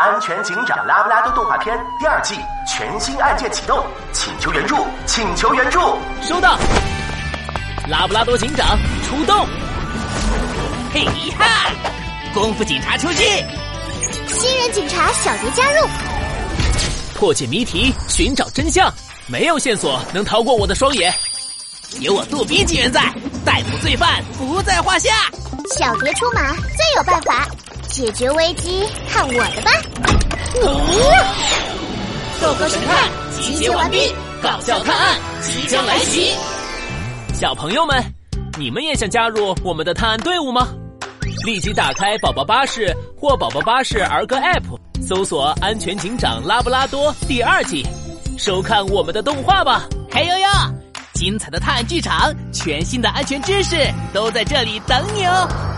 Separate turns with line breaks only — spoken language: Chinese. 安全警长拉布拉多动画片第二季全新案件启动，请求援助，请求援助！
收到，拉布拉多警长出动！嘿哈，功夫警察出击，
新人警察小杰加入，
破解谜题，寻找真相，没有线索能逃过我的双眼。有我杜宾警员在，逮捕罪犯不在话下。
小杰出马最有办法，解决危机看我的吧！
豆哥神探集结完毕，搞笑探案即将来袭。小朋友们，你们也想加入我们的探案队伍吗？立即打开宝宝巴士或宝宝巴士儿歌 App，搜索《安全警长拉布拉多》第二季，收看我们的动画吧。嘿呦呦，精彩的探案剧场，全新的安全知识都在这里等你哦。